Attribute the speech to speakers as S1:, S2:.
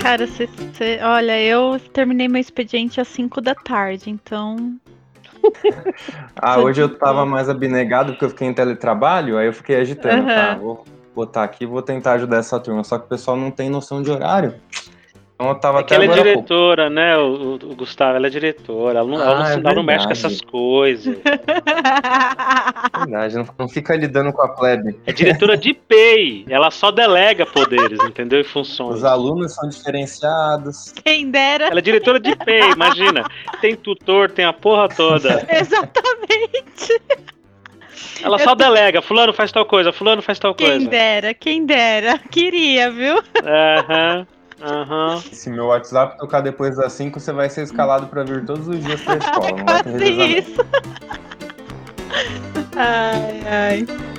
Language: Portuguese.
S1: Cara, você, você- olha, eu terminei meu expediente às 5 da tarde, então.
S2: Ah, hoje eu tava mais abnegado porque eu fiquei em teletrabalho, aí eu fiquei agitando,
S1: Aham.
S2: tá? Vou botar aqui, vou tentar ajudar essa turma. Só que o pessoal não tem noção de horário. Então eu tava
S3: É que
S2: até
S3: ela é
S2: agora há pouco.
S3: diretora, né, o, o- o Gustavo? Ela é diretora, ela não, ela não
S2: Ah,
S3: se-
S2: é
S3: ela não mexe com
S2: verdade.
S3: essas coisas.
S2: Verdade, não, não fica lidando com a plebe.
S3: É diretora de PEI, ela só delega poderes, entendeu? E funções.
S2: Os alunos são diferenciados.
S1: Quem dera.
S3: Ela é diretora de PEI, imagina. Tem tutor, tem a porra toda.
S1: Exatamente.
S3: Ela só delega. Fulano faz tal coisa, fulano faz tal
S1: Quem
S3: coisa.
S1: dera, quem dera. Queria, viu?
S3: Aham, aham.
S2: Se meu WhatsApp tocar depois das 5, você vai ser escalado pra vir todos os dias
S1: É
S2: pra escola. não vai ter
S1: Quase
S2: revezamento.
S1: isso. Ai, ai.